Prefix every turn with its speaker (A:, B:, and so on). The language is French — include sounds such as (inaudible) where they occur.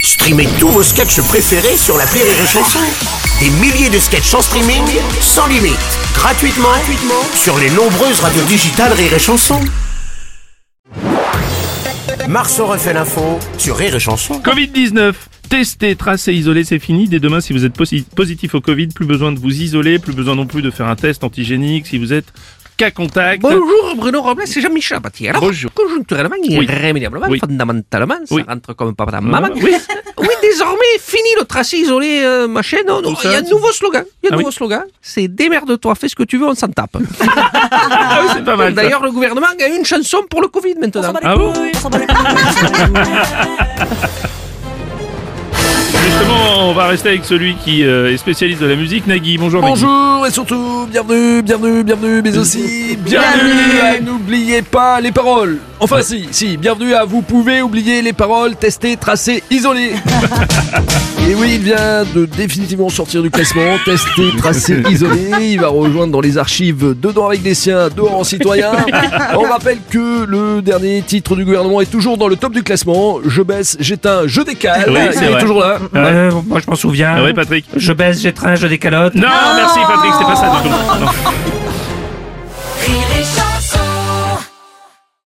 A: Streamez tous vos sketchs préférés sur la Rire et Chanson. Des milliers de sketchs en streaming, sans limite, gratuitement, gratuitement sur les nombreuses radios digitales Rire et Chanson. Marceau refait l'info sur Rire et Chanson.
B: Covid-19 Tester, tracer, isoler, c'est fini. Dès demain, si vous êtes posi- positif au Covid, plus besoin de vous isoler, plus besoin non plus de faire un test antigénique si vous êtes cas contact.
C: Bonjour Bruno Robles, c'est Jean-Michel Apathy. Alors,
B: Bonjour.
C: conjoncturellement,
B: Oui.
C: irrémédiablement,
B: Oui.
C: fondamentalement, ça
B: Oui. Euh,
C: rentre comme papa dans maman.
B: Oui.
C: (laughs) Oui, désormais, fini le tracé isolé, euh, machin. Non, non,
B: Tout ça,
C: il y a un
B: c'est-
C: nouveau slogan. Il y a
B: Ah
C: un nouveau
B: oui.
C: slogan. C'est démerde-toi, fais ce que tu veux, on
B: (laughs)
C: s'en tape.
B: Ah oui, c'est pas mal. ça.
C: D'ailleurs, le gouvernement a une chanson pour le Covid maintenant.
B: Ah bon Justement, on va rester avec celui qui euh, est spécialiste de la musique, Nagui. Bonjour, Nagui.
D: Bonjour et surtout bienvenue, bienvenue, bienvenue, mais aussi
B: Bienvenue.
D: bienvenue à N'oubliez pas les paroles. Enfin si, si, bienvenue à Vous pouvez oublier les paroles, tester, tracer,
B: (laughs)
D: isoler. et oui, il vient de définitivement sortir du classement, tester,
B: (laughs)
D: tracer, isoler. Il va rejoindre dans les archives dedans avec des siens, dehors
B: (laughs)
D: en citoyen. On rappelle que le dernier titre du gouvernement est toujours dans le top du classement. Je baisse, j'éteins, je décale.
B: Oui, c'est
D: il
B: vrai.
D: est toujours là.
E: Euh, moi je m'en souviens.
B: Ah oui, Patrick.
E: Je baisse, j'étreins, je décalote.
B: Non, merci, Patrick, c'était pas ça du tout. Non.